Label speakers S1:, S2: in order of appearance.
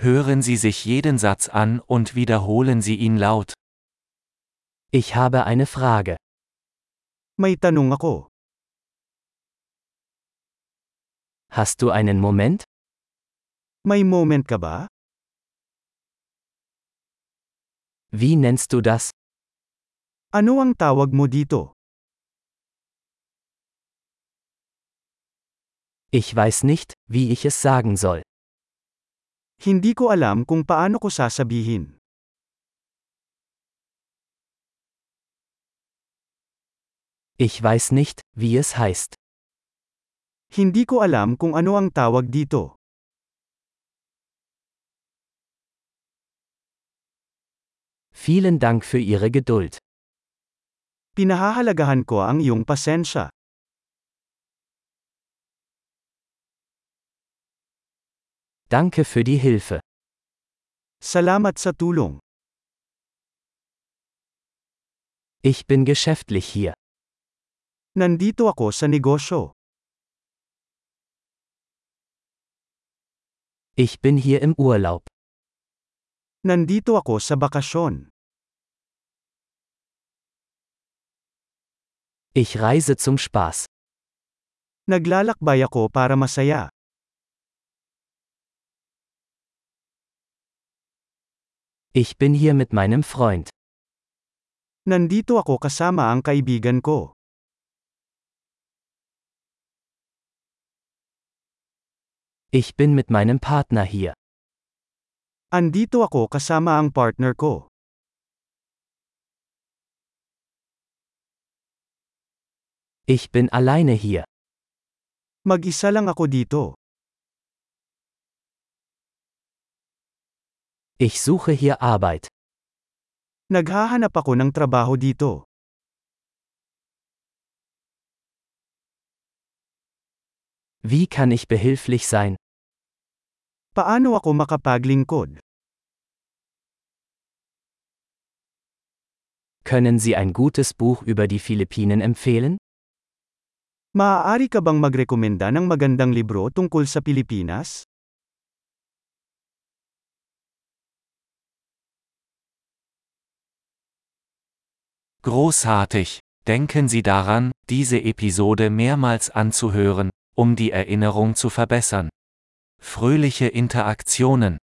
S1: Hören Sie sich jeden Satz an und wiederholen Sie ihn laut.
S2: Ich habe eine Frage.
S3: May tanong ako.
S2: Hast du einen Moment?
S3: May moment ka ba?
S2: Wie nennst du das?
S3: Ano ang tawag mo dito?
S2: Ich weiß nicht, wie ich es sagen soll.
S3: Hindi ko alam kung paano ko sasabihin.
S2: Ich weiß nicht, wie es heißt.
S3: Hindi ko alam kung ano ang tawag dito.
S2: Vielen Dank für Ihre Geduld.
S3: Pinahahalagahan ko ang iyong pasensya.
S2: Danke für die Hilfe.
S3: Salamat sa tulong.
S2: Ich bin geschäftlich hier.
S3: Nandito ako sa negosyo.
S2: Ich bin hier im Urlaub.
S3: Nandito ako sa bakasyon.
S2: Ich reise zum Spaß.
S3: Naglalakbay ako para masaya.
S2: Ich bin hier mit meinem Freund.
S3: Nandito ako kasama ang kaibigan ko.
S2: Ich bin mit meinem Partner hier.
S3: Andito ako kasama ang partner ko.
S2: Ich bin alleine hier.
S3: Mag-isa lang ako dito.
S2: Ich suche hier Arbeit.
S3: Naghahanap ako ng trabaho dito.
S2: Wie kann ich behilflich sein?
S3: Paano ako makapaglingkod?
S2: Können Sie ein gutes Buch über die Philippinen empfehlen?
S3: Maaari ka bang magrekomenda ng magandang libro tungkol sa Pilipinas?
S1: Großartig! Denken Sie daran, diese Episode mehrmals anzuhören, um die Erinnerung zu verbessern. Fröhliche Interaktionen!